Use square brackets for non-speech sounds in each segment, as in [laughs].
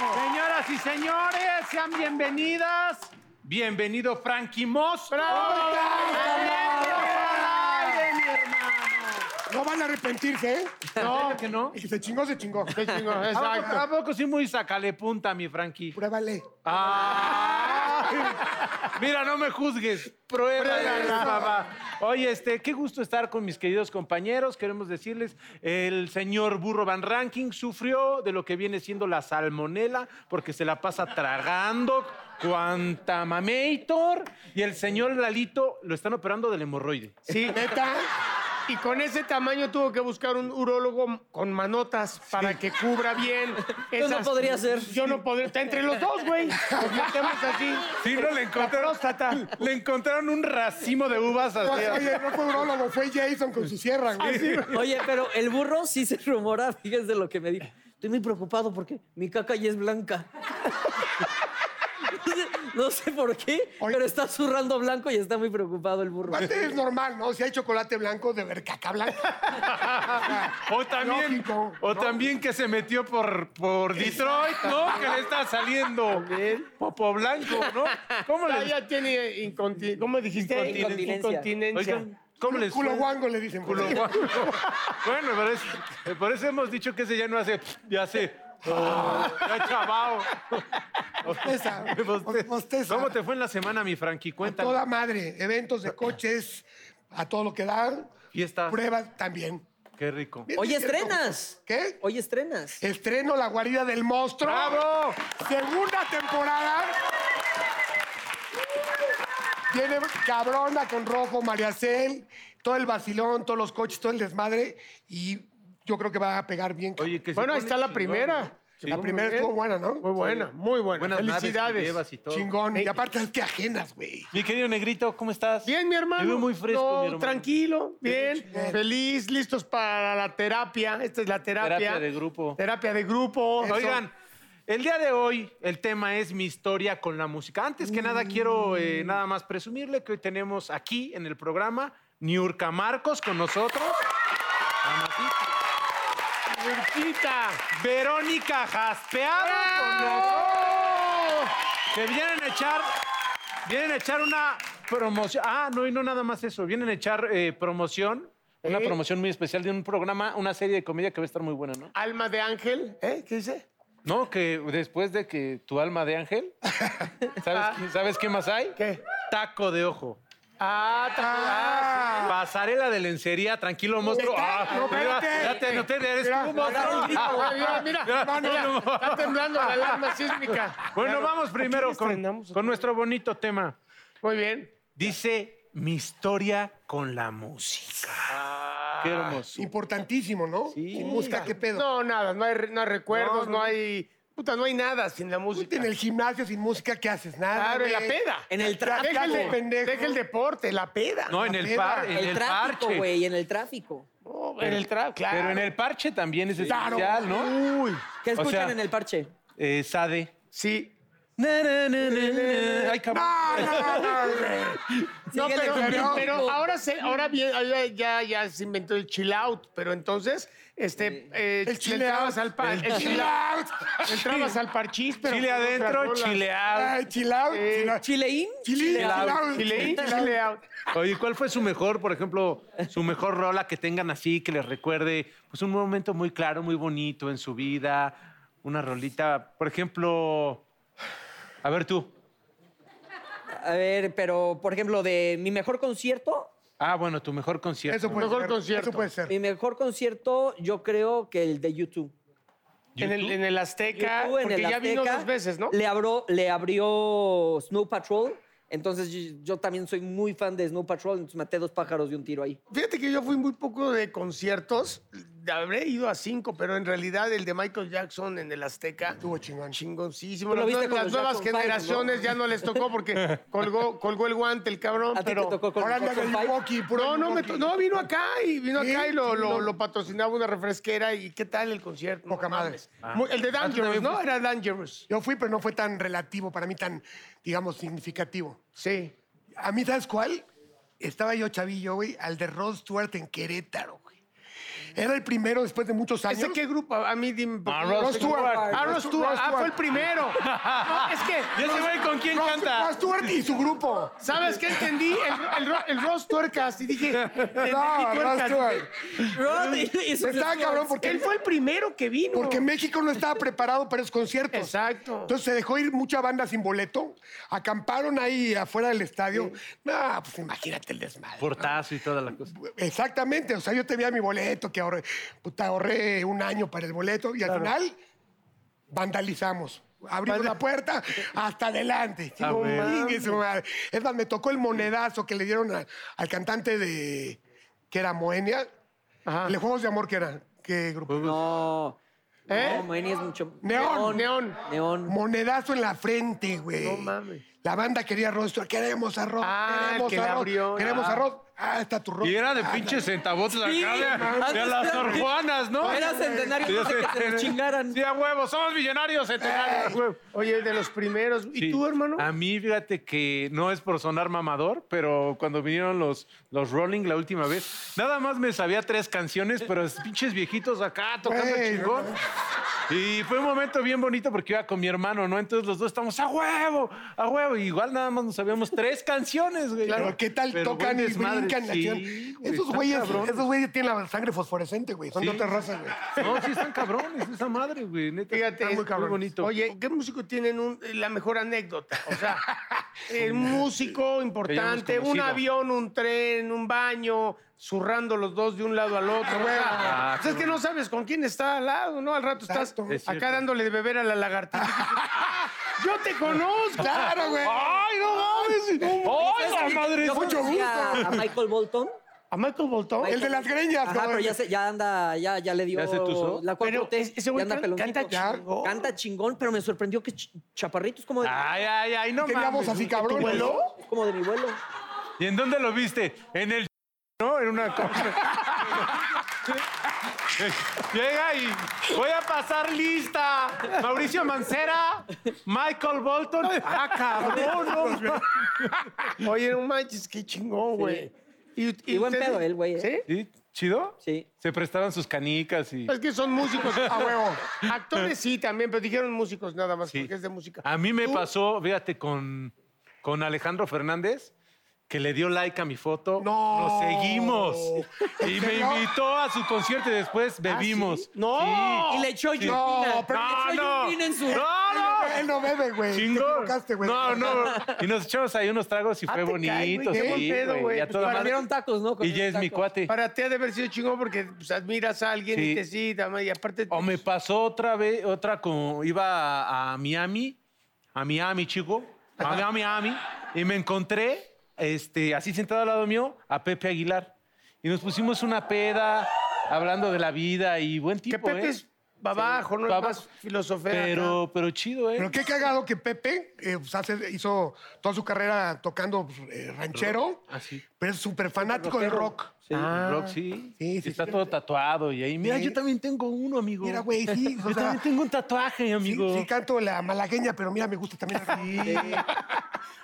Señoras y señores, sean bienvenidas. Bienvenido Frankie Moss. ¡Bravo, No van a arrepentirse, ¿eh? No, que no. Y se chingó, se chingó. [laughs] ¡Qué chingón! Ah, ¿A poco- Exacto. ¿A poco sí muy sacale punta, mi Frankie? Pruébale. Mira, no me juzgues. Prueba eso, papá. Oye, este, qué gusto estar con mis queridos compañeros. Queremos decirles, el señor Burro Van Ranking sufrió de lo que viene siendo la salmonela porque se la pasa tragando cuanta mameitor. Y el señor Lalito lo están operando del hemorroide. Sí. ¿Neta? [laughs] Y con ese tamaño tuvo que buscar un urólogo con manotas para que cubra bien. Yo no podría ser. Yo no podría. Está entre los dos, güey. Nos metemos así. Sí, no le encontraron. Le encontraron un racimo de uvas así. Pues, Oye, no fue urólogo, fue Jason con su sierra, Ah, güey. Oye, pero el burro sí se rumora, fíjense lo que me dijo. Estoy muy preocupado porque mi caca ya es blanca. [laughs] No sé- No sé por qué, Oye. pero está zurrando blanco y está muy preocupado el burro. Aparte es normal, ¿no? Si hay chocolate blanco, de ver caca blanca. O también, Lógico, o ¿no? también que se metió por, por Detroit, ¿no? Que le está saliendo popo blanco, ¿no? ¿Cómo Ya, le ya tiene incontinencia. ¿Cómo dijiste? Incontinencia. Oigan, ¿cómo les Culo fue? guango le dicen. pues, Culo güey. guango. Bueno, por eso, por eso hemos dicho que ese ya no hace... Ya hace... oh, ya chavao. Bosteza, [laughs] bosteza. ¿Cómo te fue en la semana, mi Frankie? Cuéntame. Toda madre. Eventos de coches, a todo lo que dan. Fiestas. Pruebas también. Qué rico. Bien, Hoy es cierto. estrenas. ¿Qué? Hoy estrenas. Estreno La Guarida del Monstruo. ¡Bravo! Segunda temporada. Viene cabrona con Rojo, Mariacel, todo el vacilón, todos los coches, todo el desmadre. Y yo creo que va a pegar bien. Oye, que se Bueno, ahí pone está la chingón, primera. ¿no? la primera estuvo buena, ¿no? Muy buena, muy buena. Buenas naves que Felicidades. llevas y todo. Chingón. Y aparte, es que ajenas, güey. Mi querido Negrito, ¿cómo estás? Bien, mi hermano. Te veo muy fresco, No, mi hermano. Tranquilo, bien, feliz, listos para la terapia. Esta es la terapia. Terapia de grupo. Terapia de grupo. Eso. Oigan, el día de hoy el tema es mi historia con la música. Antes que nada, quiero eh, nada más presumirle que hoy tenemos aquí en el programa Niurka Marcos con nosotros. Mamatita. Urquita. Verónica Jaspeado con nosotros. Que vienen a echar. Vienen a echar una promoción. Ah, no, y no nada más eso. Vienen a echar eh, promoción. Una Eh. promoción muy especial de un programa, una serie de comedia que va a estar muy buena, ¿no? Alma de ángel, ¿eh? ¿Qué dice? No, que después de que tu alma de ángel, ¿sabes, qué- ¿sabes qué más hay? ¿Qué? Taco de ojo. Ah, ta- ah, Pasarela de lencería, tranquilo monstruo. Ah, no, mira, espérate. ya te noté, eres tú, monstruo. sí. Mira, mira, mira, Ah, mira, no. está temblando la alarma sísmica. Bueno, vamos primero Aquí con, estrenamos. con nuestro bonito tema. Muy bien. Dice mi historia con la música. Qué hermoso. Importantísimo, ¿no? Sin música, ¿qué pedo? No, nada, no hay, re- no hay recuerdos, no, hay. Puta, no hay nada sin la Tú música. en el gimnasio sin música, ¿qué haces? Nada. Claro, en la güey. peda. En el Ya, Deja el, déjale, tráfico. pendejo. Ah, deja el deporte, la peda. No, en el, par, en el, El tráfico, parche. güey, en el tráfico. No, en el trago, claro. Pero en el parche también es Claro. esencial, ¿no? ¿Qué O escuchan sea, en el parche? eh, Sade. Sí. Na, na, na, na, na. Ay, cabrón. No, no, no, no, güey. No, Síguele pero, con pero- ritmo. pero ahora, se, ahora bien, ahora ya, ya se inventó el chill out, pero entonces, este, eh, El chill le entrabas out. al par, el, chill out, Chilaut. le entrabas al parchís, pero Chile con otras adentro, rolas. chileado. Ay, chilaut. ah, chilaut. ¿Chileín? Chili, chilaut. Chile in, Chilaut. chile out. Oye, ¿cuál fue su mejor, por ejemplo, su mejor rola que tengan así, que les recuerde pues, un momento muy claro, muy bonito en su vida? Una rolita, por ejemplo. A ver tú. A ver, pero, por ejemplo, de mi mejor concierto, Ah, bueno, tu mejor concierto. Eso puede Mejor ser. concierto. Eso puede ser. mi mejor concierto, yo creo que el de YouTube. En el, en el Azteca, YouTube, en porque el ya vino Azteca, dos veces, ¿no? Le, abrió, le abrió Snow Patrol. Entonces yo, yo también soy muy fan de Snow Patrol. Entonces maté dos pájaros de un tiro ahí. Fíjate que yo fui muy poco de conciertos, habré ido a cinco, pero en realidad el de Michael Jackson en el Azteca. Estuvo chingón. Chingoncísimo. Tú lo Las, viste nue- con las los nuevas Jackson Five, generaciones ¿no? ya no les [laughs] tocó porque colgó, colgó el guante el cabrón. ¿A ti pero... te tocó con Ahora anda Jackson el Five? Milwaukee, puro No, no, me to- Milwaukee. no, vino acá y vino Sí, acá y lo, sí, lo- no. lo patrocinaba una refresquera y qué tal el concierto. Poca No madre. Ah. mames. Muy- El de Dangerous, también ¿no? Era Dangerous. Yo fui, pero no fue tan relativo, para mí tan, digamos, significativo. Sí. A mí, ¿sabes cuál? Estaba yo chavillo, güey, al de Rod Stewart en Querétaro, güey. Era el primero después de muchos años. ¿Ese qué grupo? A mí dime. porque- Ah, Rod Rod Stewart. Stewart. Ah, Rod Stewart. Ah, fue el [laughs] primero. No, es que. ¿Y ese güey con quién Rod- canta? Rod Stewart y su [laughs] grupo. ¿Sabes qué entendí? El, el, ro- el Ross Tuercas. Y [laughs] dije, entendí No, Rod tuercas. Stewart. Rod y- y sus Está cabrón porque Él fue el primero que vino. Porque México no estaba preparado para esos conciertos. Exacto. Entonces se dejó ir mucha banda sin boleto. Acamparon ahí afuera del estadio. No, pues imagínate el desmadre. Portazo y toda la cosa. Exactamente. O sea, yo tenía mi boleto que ahorré. Puta, ahorré un año para el boleto y al final vandalizamos. Abrimos la puerta hasta adelante. A No ver. chingue su madre. Es más, me tocó el monedazo que le dieron a- al cantante de. que era Moenia. Ajá. ¿Le Juegos de Amor que era? ¿Qué grupo? No. ¿Eh? No, Moenia es mucho. Neón, neón. Neón. Monedazo en la frente, güey. No mames. La banda quería rostro. Queremos arroz. Ah, el queremos que la arroz. abrió. Queremos Ah. arroz. Ah, está tu rostro. Y era de Ah, pinches centavos la Sí, acá de- de, antes las era- Sor Juanas, ¿no? Era centenario antes de que se los chingaran. Sí, a huevo, somos millonarios, centenarios, huevo. Oye, de los primeros. ¿Y Sí. Ah, tú, hermano? A mí, fíjate que no es por sonar mamador, pero cuando vinieron los, los Rolling la última vez, nada más me sabía tres canciones, pero es pinches viejitos acá tocando Güey, chingón. no Y fue un momento bien bonito porque iba con mi hermano, ¿no? Entonces los dos estamos a huevo, a huevo. Igual nada más nos sabíamos tres canciones, güey. Pero qué tal Pero tocan buen y desmadre, brincan. la sí, chingada. güey, esos está güeyes, cabrón. esos güeyes tienen la sangre fosforescente, güey. Son Sí. de otra raza, güey. No, sí están cabrones, esa madre, güey. Neta, Fíjate, está muy, es- cabrón. bonito. Oye, ¿qué músico tienen un- eh, la mejor anécdota? O [laughs] sea, el músico importante, un conocido. avión, un tren, un baño, zurrando los dos de un lado al otro. o sea, Ah, pues es que no sabes con quién está al lado, ¿no? Al rato estás Exacto. Es acá cierto. dándole de beber a la lagartija. [laughs] ¡Yo te conozco! Claro, güey. ¡Ay, no mames! ¡Ay, la ¿Sabes qué? madre! Yo mucho conocí a- gusto. A Michael Bolton. ¿A Michael Bolton? El de las greñas, Ajá, ¿no? pero ya, se- ya anda, ya, ya le dio ¿Ya se tuzó? la 4T. Pero ese güey ya anda can- peloncito. canta chingón. Ah. Canta chingón, pero me sorprendió que ch- chaparrito es como de, Ay, ay, ay, no Tenía voz mames. así, cabrón. es como de mi vuelo. ¿Y en dónde lo viste? En el. [laughs] ¿No? En una cosa. [laughs] Llega y voy a pasar lista. Mauricio Mancera, Michael Bolton. Ah, cabrón, [laughs] no mames. [laughs] Oye, no manches, qué chingón, güey. Y buen ustedes- pedo él, güey, ¿eh? ¿Sí? ¿Sí? ¿Chido? Sí. Se prestaban sus canicas y. Es que son músicos. A huevo. Actores sí también, pero dijeron músicos nada más Sí. Ah, porque es de música. A mí me Tú- pasó, fíjate, con, con Alejandro Fernández, que le dio like a mi foto. No. Nos seguimos. ¿En Y me serio? invitó a su concierto y después bebimos. ¡No! Sí. Y le echó No, yupina. pero no, le echó no. yupina en su... No, no. Él no bebe, güey. Te Chingón. equivocaste, güey. No, no. Y nos echamos ahí unos tragos y Ah, fue te bonito. cae, güey, qué sí, buen pedo, güey, güey. y a Pues toda para madre. Comieron tacos, ¿no? Y Comieron ya es mi tacos. cuate. Para ti ha de haber sido chingón porque pues, admiras a alguien y Sí. te cita, ma, y aparte... O me pasó otra vez, otra como iba a, a Miami, a Miami, chico, a Miami, y me encontré, este, así sentado al lado mío, a Pepe Aguilar. Y nos pusimos una peda hablando de la vida y buen tipo, que Pepe ¿eh? es va abajo, no va es más abajo. filosofía. Pero, pero chido, ¿eh? Pero qué cagado que Pepe eh, pues, hace- hizo toda su carrera tocando pues, eh, ranchero, Ah, sí. pero es súper fanático del rock. Sí. El rock, sí. Ah. Sí, sí, Está sí. todo tatuado y ahí. Mira, Sí. yo también tengo uno, amigo. Mira, güey, sí. [laughs] o Yo sea, también tengo un tatuaje, sí, amigo. sí canto la malagueña, pero mira, me gusta también.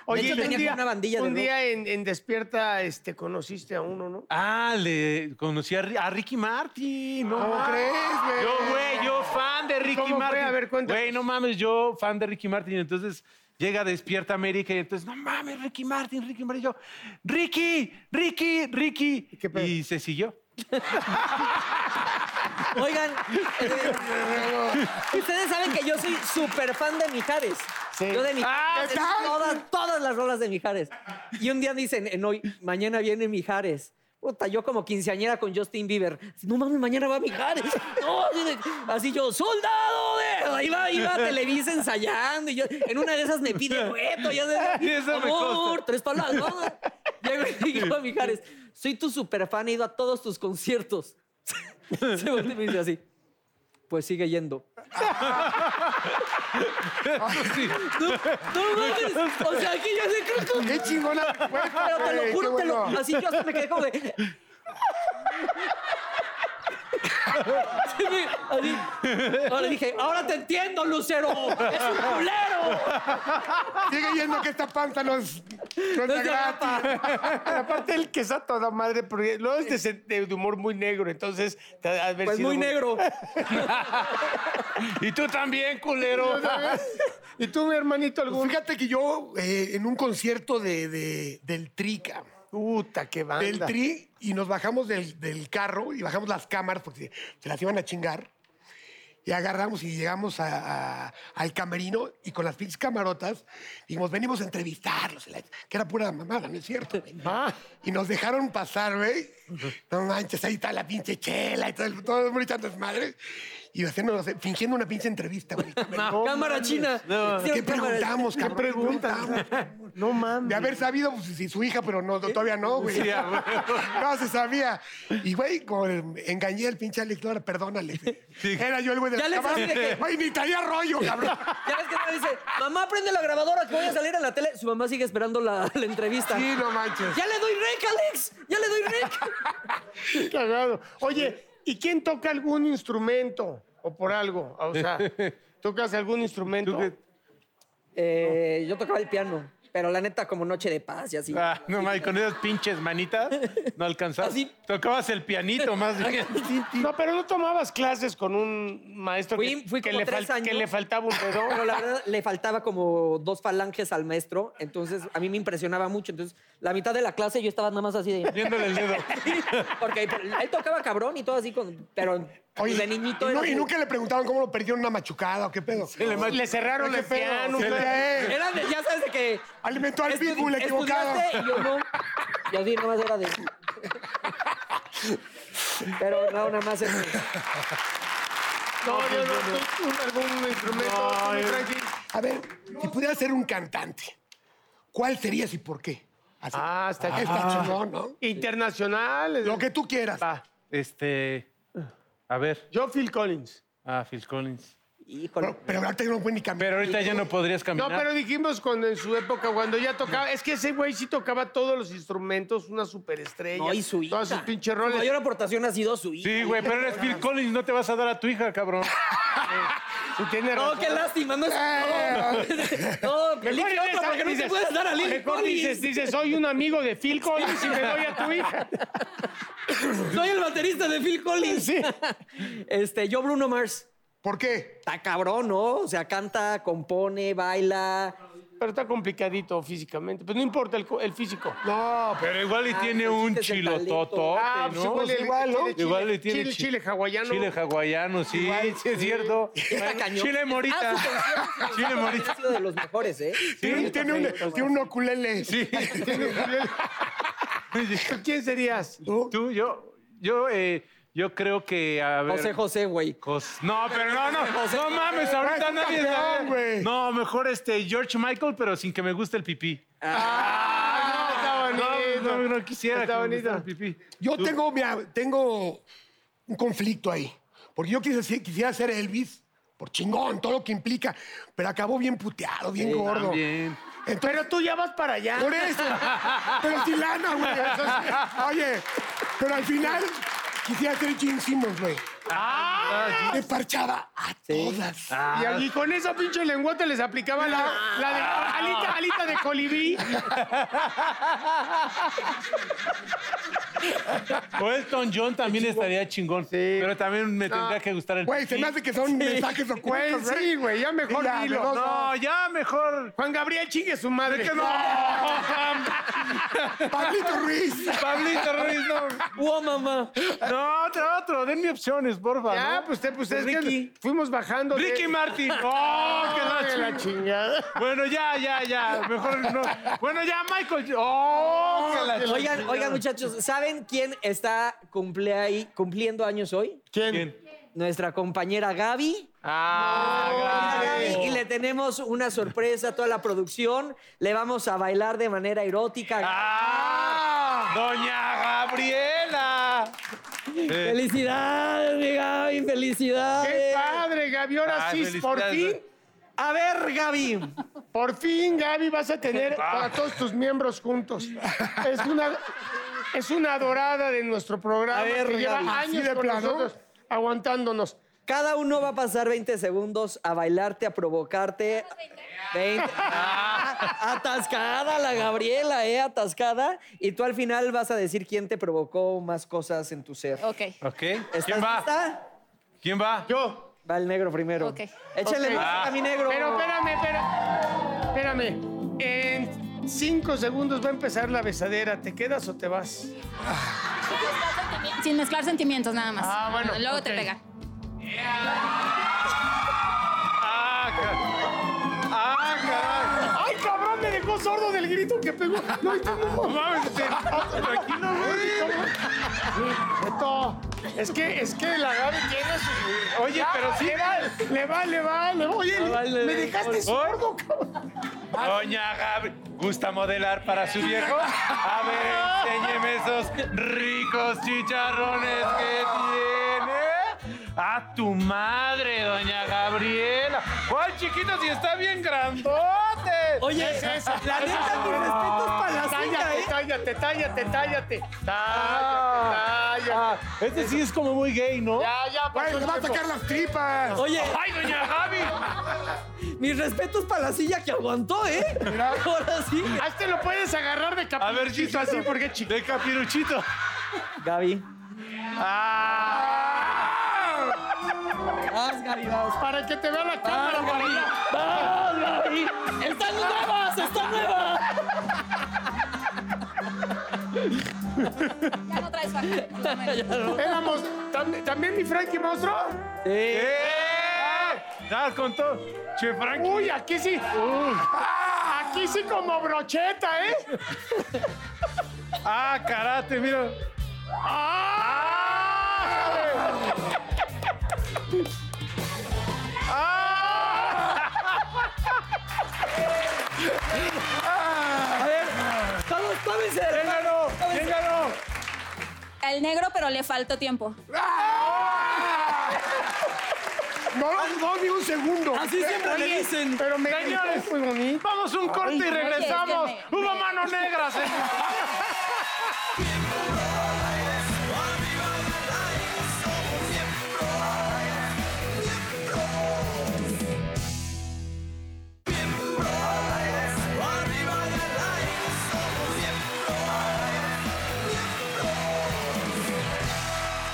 Oye, hecho, y un tenía día, como una bandilla de un rock. día en, en Despierta este, conociste a [laughs] uno, ¿no? Ah, le conocí a, Ri- a Ricky Martin. No ¿Cómo mames. crees, güey? Yo, güey, yo fan de Ricky ¿Cómo fue? Martin. A ver, cuéntanos. Güey, no mames, yo fan de Ricky Martin. Entonces llega Despierta América y entonces, no mames, Ricky Martin, Ricky Martin. Y yo, Ricky, Ricky, Ricky. ¿Qué pedo? Y se siguió. [laughs] Oigan, eh, ustedes saben que yo soy súper fan de Mijares. Yo de Ah, Mijares, ¿qué tal? todas, todas las rolas de Mijares. Y un día dicen, en hoy, mañana viene Mijares. Puta, yo como quinceañera con Justin Bieber. No mames, mañana va Mijares. No, así de- así yo, soldado de... Ahí va, iba a Televisa ensayando. Y yo, en una de esas me pide dueto. Ya Y [laughs] eso me Amor, consta. tres palabras. no, no. Llego y digo a Mijares, soy tu superfan, he ido a todos tus conciertos. [laughs] Se voltea y me dice así. Pues sigue yendo. Ah, Sí. No, no mames. O sea, aquí yo se creo que. Qué chingona. Pero te lo juro, te lo. Así yo hasta me quedé como de. Sí, sí, así. Ahora dije, ahora te entiendo, Lucero. Es un culero. Sigue yendo que esta panza no es, no es No de se gratis. agapa. Aparte, el que está a toda madre, porque luego es de, se- de- de humor muy negro, entonces. te ha de haber Pues sido muy negro. [laughs] Y tú también, culero. ¿Y tú, mi hermanito, algún? Fíjate que yo eh, en un concierto de, de- del Trica. Puta, qué banda. del tri y nos bajamos del, del carro y bajamos las cámaras porque se las iban a chingar. Y agarramos y llegamos a- a- al camerino y con las pinches camarotas dijimos, venimos a entrevistarlos. y la- Que era pura mamada, ¿no es cierto? güey? Ah, Y nos dejaron pasar, güey. No manches, ahí está la pinche chela y todo, el- todo gritando desmadre. Y haciéndonos, fingiendo una pinche [laughs] entrevista, güey. Ah, Cámara china. Hicieron ¿Qué cámara- preguntamos, cabrón? ¿Qué preguntas? preguntamos? no De mames. haber sabido, pues si su hija, pero no, todavía no, güey. Sí, a huevo. [laughs] no se sabía. Y, güey, como engañé al pinche Alex Lora, perdónale. Era yo el güey de Ya la les hacía de que- cámara. Güey, ni traía rollo, [laughs] cabrón. Ya ves que te dice, mamá, prende la grabadora que voy a salir a la tele. Su mamá sigue esperando la, la entrevista. Sí, no manches. ¡Ya le doy rec, Alex! ¡Ya le doy rec! Qué cagado. Oye, ¿y quién toca algún instrumento? O por algo. O sea, ¿tocas algún instrumento? ¿Tú qué? Eh, yo tocaba el piano, pero la neta, como noche de paz y así. Ah, no, mames, con esas pinches manitas no alcanzabas. Así. Tocabas el pianito más [laughs] bien. No, pero no tomabas clases con un maestro que- [laughs] Fui- fui que, como le tres años. que le faltaba un dedo. Pero la verdad, le faltaba como dos falanges al maestro, entonces a mí me impresionaba mucho. Entonces, la mitad de la clase yo estaba nada más así de... [laughs] Viéndole el dedo. Porque él tocaba cabrón y todo así, con, pero Oye, de niñito... y, era no- y así. nunca le preguntaron cómo lo perdieron una machucada o qué pedo. le ma- Le cerraron Qué el pedo, piano. qué güey. pedo. Era de, ya sabes de que... [laughs] Alimentó al estudi- pitbull equivocado. estudiaste Y yo no. Y así nomás era de... Pero no, nada más... este, No, yo no, tú- tú algún instrumento. tú, mi Frankie. A ver, si pudiera ser un cantante, ¿cuál serías y por qué? Así. Ah, está Ah, chido. está chingón, ¿no? Internacional. Lo que tú quieras. Va. Este. A ver. Yo, Phil Collins. Ah, Phil Collins. Híjole. Pero, pero ahorita yo no puedo ni cambiar. Pero ahorita ya no podrías No, caminar. pero dijimos cuando en su época, cuando ya tocaba, es que ese güey sí tocaba todos los instrumentos, una superestrella. No, y su hija. Todas sus pinches roles. Su mayor aportación ha sido su hija. Sí, güey, pero eres Phil Collins, no te vas a dar a tu hija, cabrón. Sí, tiene No, razón. qué lástima, no es. [laughs] No, no Mejor elige dices, otra porque no te Eh. dices, puedes dar a Lily Mejor dices, Collins. dices, soy un amigo de Phil Collins y me doy a tu hija. Soy el baterista de Phil Collins. Sí. [laughs] Este, yo Bruno Mars. ¿Por qué? Está cabrón, ¿no? O sea, canta, compone, baila. [laughs] Pero está complicadito físicamente. Pues no importa el, co- el físico. No, Pero igual y Ah, tiene pues, un es el talento. chilototote, Ah, pues, ¿no? igual el- chile, chile, igual le tiene chile, chi- chile hawaiano. [laughs] Chile hawaiano, sí, Igual, sí es cierto. Está cañón. Chile morita. Ah, su canción, [laughs] [laughs] su canción Chile también morita. Ha sido de los mejores, ¿eh? tiene, tiene un, tiene un ukulele. Sí. ¿Tú [laughs] quién serías? ¿Tú? Tú, yo, yo, eh, yo creo que a ver. José José, güey. Cos- No, pero no, no. José No José. mames, ahorita Ay, tú nadie campeón, sabe. güey. No, mejor este George Michael, pero sin que me guste el pipí. Ah, no, está No, bonito. no, no quisiera Está que me gustara bonito. el pipí. Yo tengo, mira, tengo un conflicto ahí. Porque yo quise ser- quisiera ser Elvis, por chingón, todo lo que implica. Pero acabó bien puteado, bien gordo. También. Entonces, Pero tú ya vas para allá. por eso. pero sin lana, güey. Entonces, oye, pero al final quisiera ser Jim Simmons, güey. Me parchaba a todas. Y, a- y con esa pinche lengüeta les aplicaba la, la de alita, alita de colibrí. O Elton John también estaría chingón. Pero también me tendría que gustar el Güey, se me pipí. hace que son mensajes ocultos, Güey, sí, güey, ya mejor Ya, dilo. mejor. No, ya mejor. Juan Gabriel, chingue su madre. que no. Pablito Ruiz. [laughs] Pablito Ruiz, no. ¡Oh, mamá! No, otro, otro. Denme opciones, porfa. Ya, ¿no? pues, te, pues es que Ricky. fuimos bajando. de- Ricky Martin. ¡Oh, qué Ay, la la chingada! chingada. Bueno, ya, ya, ya. Mejor no. Bueno, ya, Michael. ¡Oh, qué la chingada! Oigan, oigan, muchachos, ¿saben quién está cumple ahí- cumpliendo años hoy? ¿Quién? Nuestra compañera Gaby. Ah, Gaby, Y le tenemos una sorpresa a toda la producción. Le vamos a bailar de manera erótica. ¡Ah! ¡Doña Gabriela! ¡Felicidades, mi Gaby! ¡Qué ¡Felicidades! padre, Gaby! Ahora Ay, sí, por fin, Ah, felicidades. A ver, Gaby. por fin, Gaby, vas a tener a todos tus miembros juntos. Es una, es una adorada de nuestro programa A ver, que lleva Gaby. años ¿Así de con plano? nosotros. aguantándonos. Cada uno va a pasar 20 segundos a bailarte, a provocarte. 20. Ah, atascada la Gabriela, ¿eh? Atascada. Y tú al final vas a decir quién te provocó más cosas en tu ser. Ok. Ok. ¿Estás ¿Quién va? lista? ¿Quién va? Yo. Va el negro primero. Ok. Échale Ok. música, mi negro. Pero espérame, espera- espérame. En cinco segundos va a empezar la besadera. ¿Te quedas o te vas? Sin mezclar sentimientos, nada más. Ah, bueno, Luego ok. te pega. ¡Ah, caray! ¡Ah, caray! ¡Ay, cabrón! Me dejó sordo del grito que pegó. No, y tú no. No mames, este, tranquilo, güey. Beto, Es que, es que la Gaby tiene su... Oye, Ya, pero sí. Le va, le va, le va, le va. Oye, Le va, le me va. dejaste Oye. sordo, cabrón. Doña Gaby, ¿gusta modelar para su viejo? A ver, enséñeme esos ricos chicharrones que tiene. A tu madre, doña Gabriela. ¡Ay, chiquito, si está bien grandote! Oye, la neta, mis respetos para la seña, Tállate, ¿eh? tállate, tállate, tállate. Ah, Tállate, ah, tállate. este sí es como muy gay, ¿no? Ya, ya, Güey, pasó nos va a el tiempo. sacar las tripas. Oye, ¡Ay, doña Gaby! mis respetos para la silla que aguantó, ¿eh? Ahora sí. A este lo puedes agarrar de A ver, capuchito chiquito, así porque es chiquito. De capiruchito. Gaby. Ah. Vas, Gaby, vas. Para que te vea la cámara, Vas, Gaby. Marina. Vas, Gaby. ¡Están nuevas! ¡Están nuevas! Ya no traes faja. [laughs] Éramos... ¿tam- ¿También mi Frankie Monstruo? Sí. ¡Eh! Dar con todo. Che, Frankie. Uy, aquí sí. Ah, Aquí sí como brocheta, ¿eh? Ah, karate, mira. ¡Ah! ¡Ah! A ver, todos, tómense de ¿Quién mano. ganó? ¿Quién ganó? El negro, pero le faltó tiempo. No, no, ni un segundo. Así siempre le dicen. Pero me Señores, gritó muy bonito. Vamos un corte y regresamos. es que me- Hubo me- manos negras. en-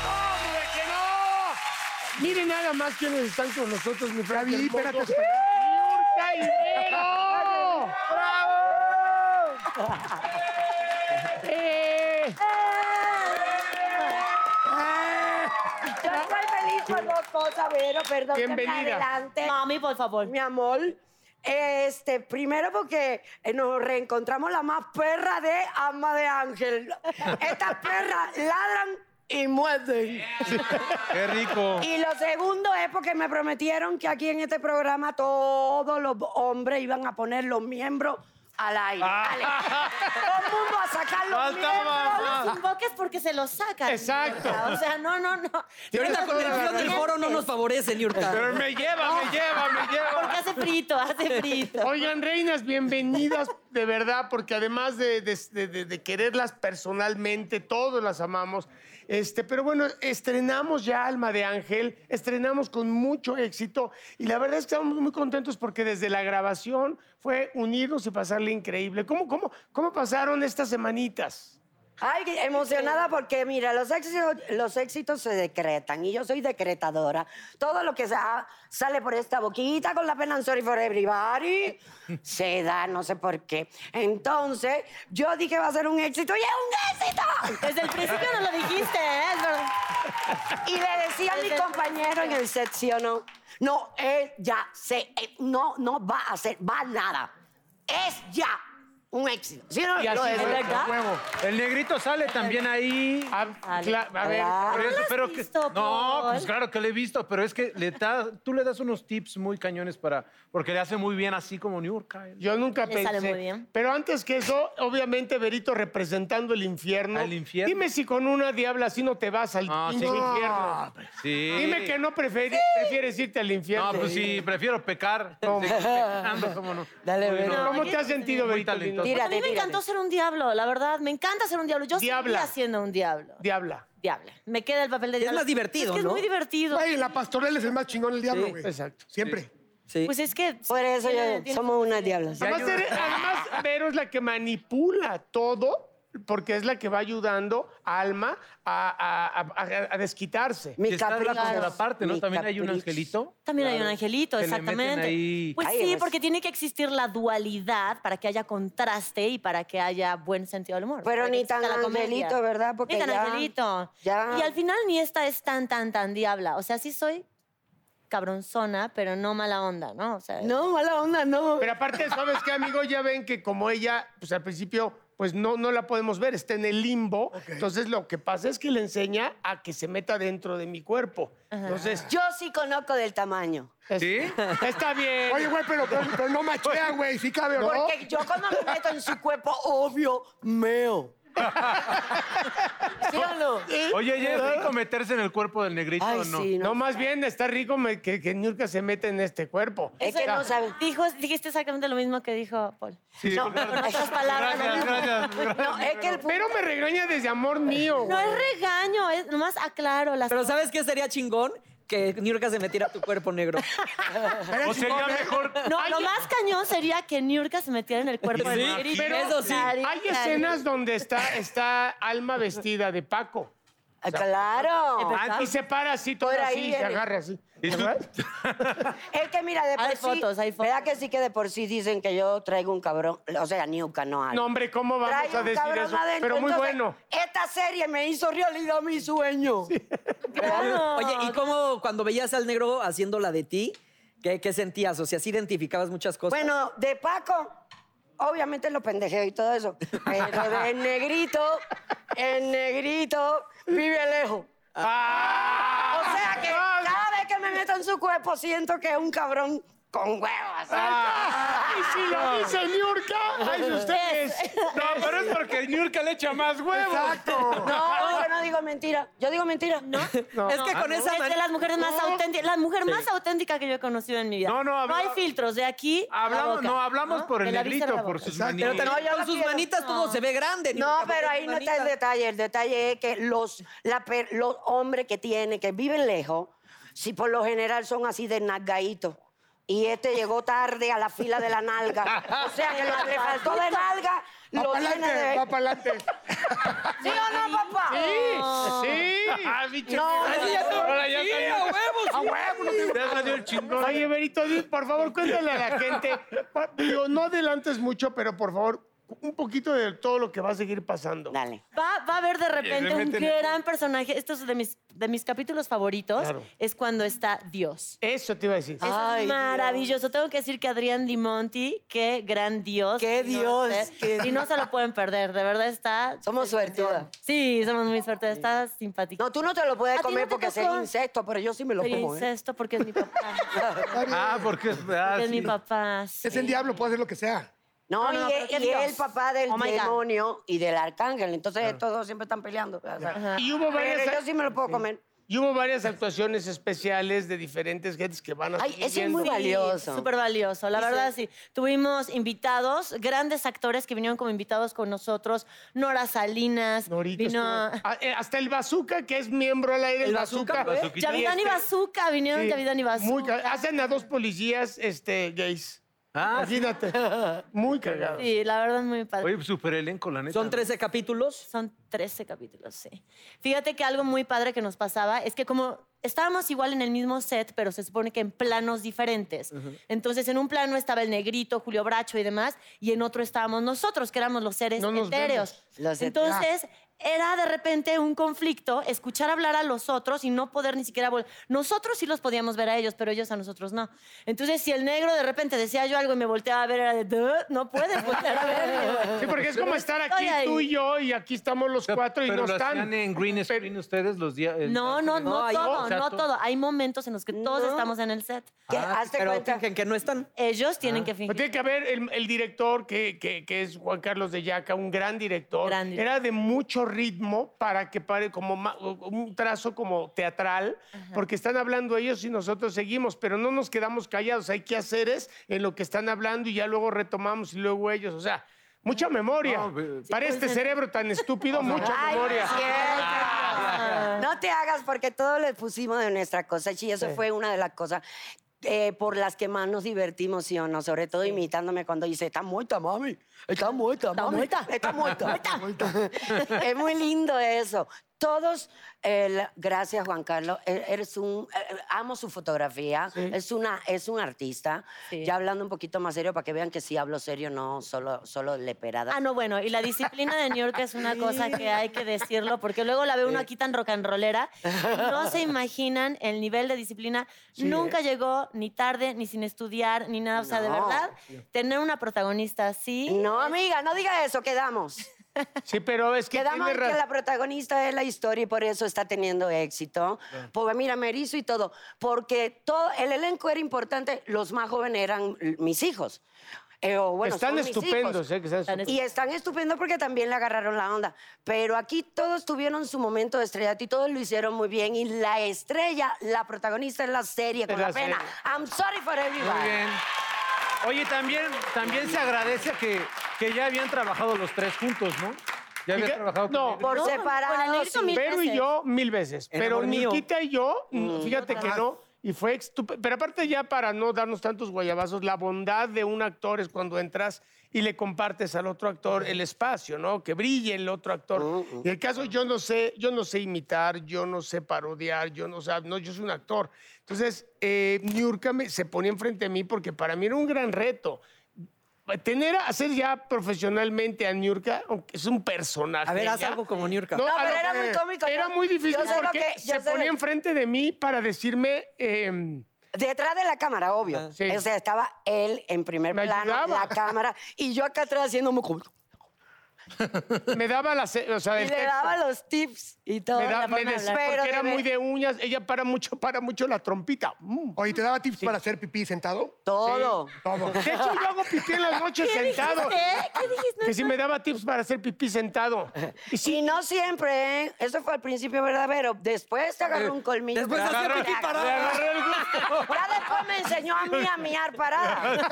¡Hombre, que no! Miren nada más quiénes están con nosotros, mi Frankie. Gaby, hermoso. espérate. ¡Yurka y [laughs] Vero! ¡Eh! Yo estoy feliz por dos cosas, Vero, perdón. que me Bienvenida. adelante. Mami, por favor. Mi amor. Este, primero porque eh, nos reencontramos la más perra de Ama de Ángel. Estas perras ladran y muerden. Qué rico. Y lo segundo es porque me prometieron que aquí en este programa todos los hombres iban a poner los miembros al aire. Ale. Todo el mundo a sacar los Faltaba miembros. más. invoques porque se los sacan. Exacto. O sea, no, no, no. Y ahorita con el frío del foro no nos favorece, Niurka. Pero me lleva, me lleva, me Porque lleva. hace frito, hace frito. Oigan, reinas, bienvenidas de verdad, porque además de, de- de- de- de quererlas personalmente, todos las amamos. Este, pero bueno, estrenamos ya Alma de Ángel, estrenamos con mucho éxito y la verdad es que estamos muy contentos porque desde la grabación fue unirnos y pasarle increíble. ¿Cómo, cómo, cómo pasaron estas semanitas? Ay, qué emocionada porque, mira, los éxitos, los éxitos se decretan y yo soy decretadora. Todo lo que sa- sale por esta boquita con la pena I'm sorry for everybody [laughs] se da, no sé por qué. Entonces, yo dije va a ser un éxito y es un éxito. Desde el principio no lo dijiste, ¿eh? Es verdad. Y le decía a mi compañero en el secciono, no, él ya se, eh, no, no va a hacer, va a nada. Es ya un éxito. ¿Sí o no? Y así Lo fue, es, ¿verdad? a huevo. El negrito sale también ahí. A, cla- a ver, Ah. Por ¿No eso, lo has pero visto, que... No, Paul? pues claro que lo he visto, pero es que le da- tú le das unos tips muy cañones para... Porque le hace muy bien así como Niurka. él. Yo nunca Le pensé. sale muy bien. Pero antes que eso, obviamente, Berito representando el infierno. Al infierno. Dime si con una diabla así no te vas al No, pinche sí. infierno. Sí. Dime que no preferi- prefieres irte al pues infierno. No, pues sí, prefiero pecar. No. Pecando, cómo no. Dale, Uy, Vero. ¿Cómo No, te has yo- sentido, Muy Berito? entonces. Tira. a mí me tírate. encantó ser un diablo, la verdad. Me encanta ser un diablo. Yo Diabla. seguía siendo un diablo. Diabla. Diabla. Me queda el papel de Es diablo. más divertido, es que ¿no? Es muy divertido. Güey, la pastorela es el más chingón del diablo, Sí, güey. exacto. Siempre. Sí. Pues es que... Por eso tiene- yo, tiene- somos unas diablas. Además, eres- además, Vero es la que manipula todo porque es la que va ayudando a Alma a, a- a- a- a desquitarse. Y Mi está la capricho. contraparte, ¿no? mi También hay un capricho. angelito. También hay un Claro, angelito, que le meten exactamente. ahí. Pues Ay, sí, además- porque tiene que existir la dualidad para que haya contraste y para que haya buen sentido del humor. Pero para que ni exista tan la comedia. angelito, ¿verdad? Porque ni tan ya- angelito. ya- Y al final ni esta es tan, tan, tan diabla. O sea, sí soy cabronzona, pero no mala onda, ¿no? O sea, No, mala onda, no. Pero aparte, ¿sabes qué, amigo? Ya ven que como ella, pues al principio, pues no, no la podemos ver, está en el limbo. Entonces lo que pasa es que le enseña a que se meta dentro de mi cuerpo. Entonces, Yo sí conozco del tamaño. ¿Sí? está bien. Oye, güey, pero, pero, pero no machea, güey. Sí cabe, ¿o ¿no? Porque yo cuando me meto en su cuerpo, obvio, meo. ¿Sí o no? Oye, oye, ¿es rico meterse en el cuerpo del negrito Ay, o no? sí, no, no. más bien está rico me- que, que Niurka se meta en este cuerpo. Es que eso- no sabe. Dijo, dijiste exactamente lo mismo que dijo Paul. Sí, No, claro. Con otras palabras. Gracias, no, gracias, gracias. No, es que el punto... Pero me regaña desde amor mío. No güey. es regaño, es nomás aclaro las Pero ¿sabes qué sería chingón? Que Niurka se metiera a tu cuerpo negro. O sería mejor. No, lo más cañón sería que Niurka se metiera en el cuerpo Sí, de Margarita. pero- eso sí. Clarín, Hay clarín. escenas donde está, está Alma vestida de Paco. Ah, Ah, Claro. Y se para así, todo Por ahí así, y se viene. agarra así. ¿Y tú? Es que mira, de por Hay sí, fotos, hay fotos. ¿Verdad que sí que de por sí dicen que yo traigo un cabrón? O sea, Niuca, no algo. No, hombre, ¿cómo vamos Traigo a un decir cabrón eso? adentro, Pero muy entonces, bueno. Esta serie me hizo realidad mi sueño. Claro. Oye, ¿y cómo cuando veías al negro haciendo la de ti, qué, qué sentías? O sea, ¿sí identificabas muchas cosas? Bueno, de Paco, obviamente lo pendejeo y todo eso. Pero [laughs] de negrito, el negrito vive lejos. Ah. O sea que cada vez que me meto en su cuerpo siento que es un cabrón con huevos. Ah. Y si lo dice Niurka, ay, ustedes. No, pero es porque Niurka le echa más huevos. Exacto. No, yo no digo mentira. Yo digo mentira. No. es que con esa es de manera... las mujeres más auténticas, la mujer más auténtica que yo he conocido en mi vida. No, no, habla- hay filtros de aquí. a la Hablamos, boca, no, hablamos por De el la vista a negrito, la por boca. sus Exacto. manitas. Pero también No, yo con la sus quiero. manitas todo se ve [laughs] grande. No, Niurka, pero con ahí sus no está el manitas. detalle. El detalle es que los, la per- los hombres que tienen, que viven lejos, si por lo general son así de nalgaditos. Y este llegó tarde a la fila de la nalga. O sea que lo que le faltó de nalga Va lo para tiene adelante, va de. para adelante. ¿Sí o no, papá? Sí. Ah, No, Ahora ya Sí, salió. a huevos. A huevo, no tengo- Ya salió el chingón. Oye, Berito, di- por favor, cuéntale a la gente. pa- Digo, no adelantes mucho, pero por favor, un poquito de todo lo que va a seguir pasando. Dale. Va, va a haber de repente le un meten el- gran personaje. Esto es de mis, de mis capítulos favoritos. Claro. Es cuando está Dios. Eso te iba a decir. Eso Ay, es maravilloso. Tengo que decir que Adrián Di Monti, qué gran Dios. Qué Y no Dios, sé. qué- Y no se lo pueden perder. De verdad está. Somos suertudas. Sí, somos muy suertudas. Está simpático. No, tú no te lo ¿A puedes ti no comer te porque tocó? sería insecto, pero yo sí me lo Sería como. ¿eh? incesto porque es [laughs] mi papá. Ah, porque es. ah, Porque es mi sí. papá. sí. Es el diablo, puede hacer lo que sea. No, No, Ah, no, y, pero es- qué y es Dios. el papá del Oh, my God. demonio y del arcángel. Entonces, estos dos siempre están peleando. o sea, Y hubo varias. Pero yo sí me lo puedo comer. Y hubo varias actuaciones especiales de diferentes gentes que van a Ay, seguir ese es viendo. muy valioso. Súper valioso, la verdad sí. Tuvimos invitados, grandes actores que vinieron como invitados con nosotros. Nora Salinas. Norito vino. estuvo- Ah, eh, Hasta el Bazooka, que es miembro al aire. El, El Bazooka. Bazooka, Bazooquita. Yavidán y este- Bazooka, vinieron Sí, Yavidán y Bazooka. muy ca- ah, Hacen a dos policías este, gays. Ah, sí. Imagínate. Muy cagados. Sí, la verdad es muy padre. Oye, super elenco, la neta. Son 13 capítulos. Son 13 capítulos, sí. Fíjate que algo muy padre que nos pasaba es que como estábamos igual en el mismo set, pero se supone que en planos diferentes. Entonces, en un plano estaba el negrito, Julio Bracho y demás, y en otro estábamos nosotros, que éramos los seres No nos etéreos. Los etéreos. Entonces, Ah. era de repente un conflicto escuchar hablar a los otros y no poder ni siquiera vol- Nosotros sí los podíamos ver a ellos, pero ellos a nosotros no. Entonces, si el negro de repente decía yo algo y me volteaba a ver, era de, "Duh, no puedes voltear a [laughs] verme. Sí, porque es como estar aquí Estoy ahí. tú y yo, y aquí estamos los Pero- cuatro y pero no lo están. hacían en green screen ustedes los días. No, no, no, hay- todo, o sea, no tú- todo. Hay momentos en los que todos No. estamos en el set. Que Ah, hazte pero cuenta. fingen que no están. Ellos tienen que Pero fingir. tiene que haber el, el director, que, que- que es Juan Carlos de Yaca, un gran director. Gran director. Era de mucho ritmo para que pare como ma- un trazo como teatral, porque están hablando ellos y nosotros seguimos, pero no nos quedamos callados. Hay que hacer es en lo que están hablando y ya luego retomamos y luego ellos. O sea, Mucha memoria. No, ve- Para este cerebro tan estúpido, mucha Ay, no es memoria. cierto. No te hagas porque todo le pusimos de nuestra cosa, y eso fue una de las cosas eh, por las que más nos divertimos, sí o no, sobre todo imitándome cuando dice, está muerta, mami, está muerta, Está mami, muerta. está muerta. [laughs] es muy lindo eso. Todos, eh, la- gracias Juan Carlos, e- eres un, eh, amo su fotografía, es, una, es un artista. Sí. Ya hablando un poquito más serio para que vean que sí hablo serio, no solo, solo leperada. Ah, no, bueno, y la disciplina de New York es una cosa que hay que decirlo, porque luego la ve uno aquí tan rock and rollera. No se imaginan el nivel de disciplina. Nunca llegó ni tarde, ni sin estudiar, ni nada. O sea, de No. verdad, tener una protagonista así. No, amiga, no diga eso, quedamos. Sí, pero es que Quedamos tiene en que ra- la protagonista es la historia y por eso está teniendo éxito. Porque mira, me erizo y todo. Porque todo el elenco era importante, los más jóvenes eran l- mis hijos. Eh, o bueno, Están son mis hijos. estupendos, ¿eh? Que están Están estupendos. Y están estupendos porque también le agarraron la onda. Pero aquí todos tuvieron su momento de estrellato y todos lo hicieron muy bien. Y la estrella, la protagonista es la serie con la la, pena. serie. I'm sorry for everybody. Muy bien. Oye, también, también se agradece que, que ya habían trabajado los tres juntos, ¿no? Ya habían qué? trabajado No, con Por No, con el separado. negrito mil Pero y veces. yo mil veces. El pero amor mío. Nikita y yo, mm, fíjate que no. Y fue estúpido. Pero aparte ya para no darnos tantos guayabazos, la bondad de un actor es cuando entras y le compartes al otro actor el espacio, ¿no? Que brille el otro actor. Y el caso yo no sé, yo no sé imitar, yo no sé parodiar, yo no sé, no, yo soy un actor. Entonces, eh, Niurka me- se ponía enfrente de mí porque para mí era un gran reto. Tener a hacer ya profesionalmente a Niurka, aunque es un personaje. A ver, haz ya. algo como Niurka. No, No, a pero lo era que- muy cómico, Era yo- muy difícil yo sé lo porque que- yo se sé lo- ponía enfrente de mí para decirme. eh, Detrás de la cámara, obvio. Ah, sí. O sea, estaba él en primer Me plano, ayudaba. la cámara, y yo acá atrás haciendo muy como- me daba las. O sea, Y el le texto. daba los tips y todo. Me da- la me forma de decía, hablar. Pero porque era de muy ver- de uñas. Ella para mucho, para mucho la trompita. Mm. Oye, ¿te daba tips para hacer pipí sentado? Todo. [laughs] Todo. De hecho, yo hago pipí en las [laughs] noches sentado. ¿Qué? ¿Qué dijiste? Que si me daba tips para hacer pipí sentado. Y Y sí, no siempre, ¿eh? Eso fue al principio verdadero. Después te agarró un colmillo. Después Ya hacía pipí [laughs] parada. después me enseñó a mí a miar [laughs] parada.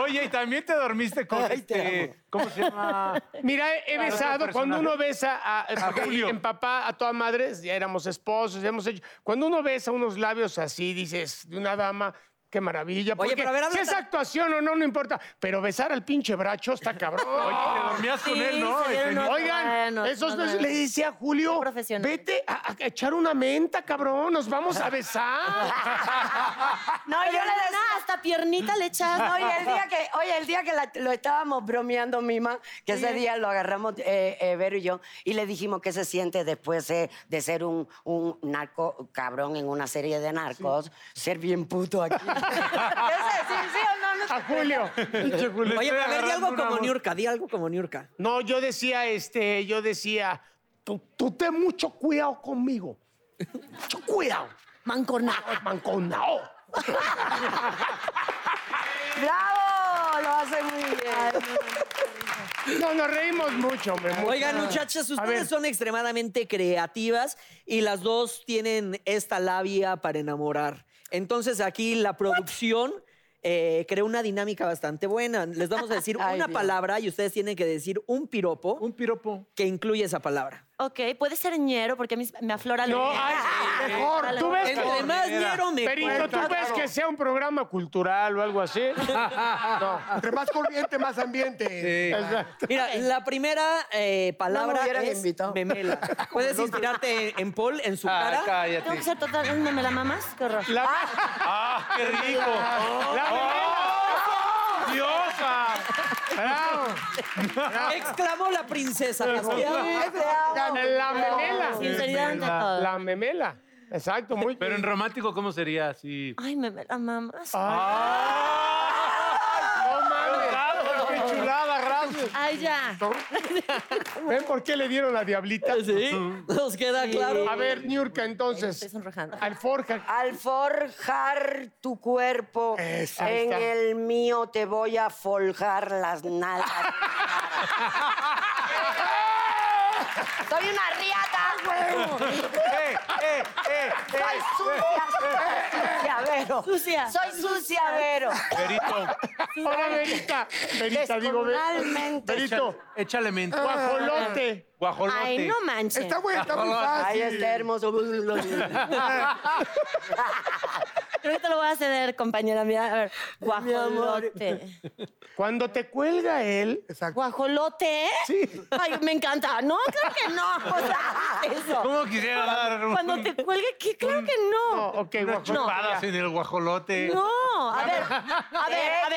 Oye, y también te dormiste con Ay, te este... ¿Cómo se llama? mira, he- he Claro, besado. personaje. Cuando uno besa a, eh, porque Julio. en papá, a toda madre, ya éramos esposos, ya hemos hecho. Cuando uno besa unos labios así, dices, de una dama. Qué maravilla. Oye, porque pero a ver, si habla es ta- actuación o no, no importa. Pero besar al pinche bracho está cabrón. Oye, te dormías con él, ¿no? se dieron otro- Oigan, bueno, esos no, besos- no, le decía a Julio, profesional. vete a, a echar una menta, cabrón, nos vamos a besar. [laughs] No, yo Pero le nena, decía... hasta piernita le [laughs] echaba. Oye, el día que, oye, el día que la- lo estábamos bromeando, Mima, que ese día lo agarramos eh, eh, Vero y yo, y le dijimos que se siente después eh, de ser un, un narco cabrón en una serie de narcos, ser bien puto aquí. Ese, sí, sí o no, no. a Julio. Oye, pero a ver, di agarrando algo una como voz. Niurka, di algo como Niurka. No, yo decía, este, yo decía, tú, tú ten mucho cuidado conmigo. Mucho cuidado. Mancornado. Manconao. ¡Bravo! Lo hace muy bien. No, nos reímos mucho, hombre. mucho. Oigan, muchachas, ver. ustedes son extremadamente creativas y las dos tienen esta labia para enamorar. Entonces aquí la producción eh, creó una dinámica bastante buena. Les vamos a decir Ay, una Dios. palabra y ustedes tienen que decir un piropo Un piropo. que incluye esa palabra. Ok, puede ser ñero porque a mí me aflora la No, ñera. ay, sí, mejor. Tú ves que- Entre más dinero, Perito, mejor. ¿tú ves que sea un programa cultural o algo así? Entre más corriente, más ambiente. Mira, la primera eh, No me palabra hubieran es invitado. memela. Puedes inspirarte en, en Paul, en su Ah, cara. cállate. Tengo que ser totalmente me la mamás. Qué horror. La- ¡Ah, qué rico! [laughs] la- ¡Diosa! Bravo. Exclamó la princesa. las que amo. La memela. Sinceridad ante Memela. todo. La memela. Exacto, muy Pero en romántico, ¿cómo sería? Así... Ay, me me la mamás. Ah, No mames. Qué chulada, gracias. Ay, ya. ¿Ven por qué le dieron la diablita? ¿Sí? Nos queda claro. A ver, Niurka, Estoy entonces. sonrojando. Alforja. Al forjar tu cuerpo, Eso, ahí en está. el mío te voy a forjar las nalgas. Soy una riata, güey. ¡Eh, eh, eh! eh. Soy sucia, soy sucia, Vero. Sucia. Soy sucia, Vero. Verito, Ahora, Verita. Verita, digo, Ver- Descomunalmente. Verito. Échale mento. Guajolote. Guajolote. Ay, no manches. Está [laughs] bueno, está muy fácil. Ay, está hermoso. Creo que te lo voy a ceder, compañera mía. A ver, guajolote. Cuando te cuelga él, Exacto. ¿Guajolote? Sí. Ay, me encanta. No, claro que no. [laughs] O sea, eso. ¿Cómo quisiera dar un- Cuando te cuelgue, ¿qué? Claro que no, no. ok, unas guajolote. chupadas en el guajolote? No, a ver, a ver, a ver,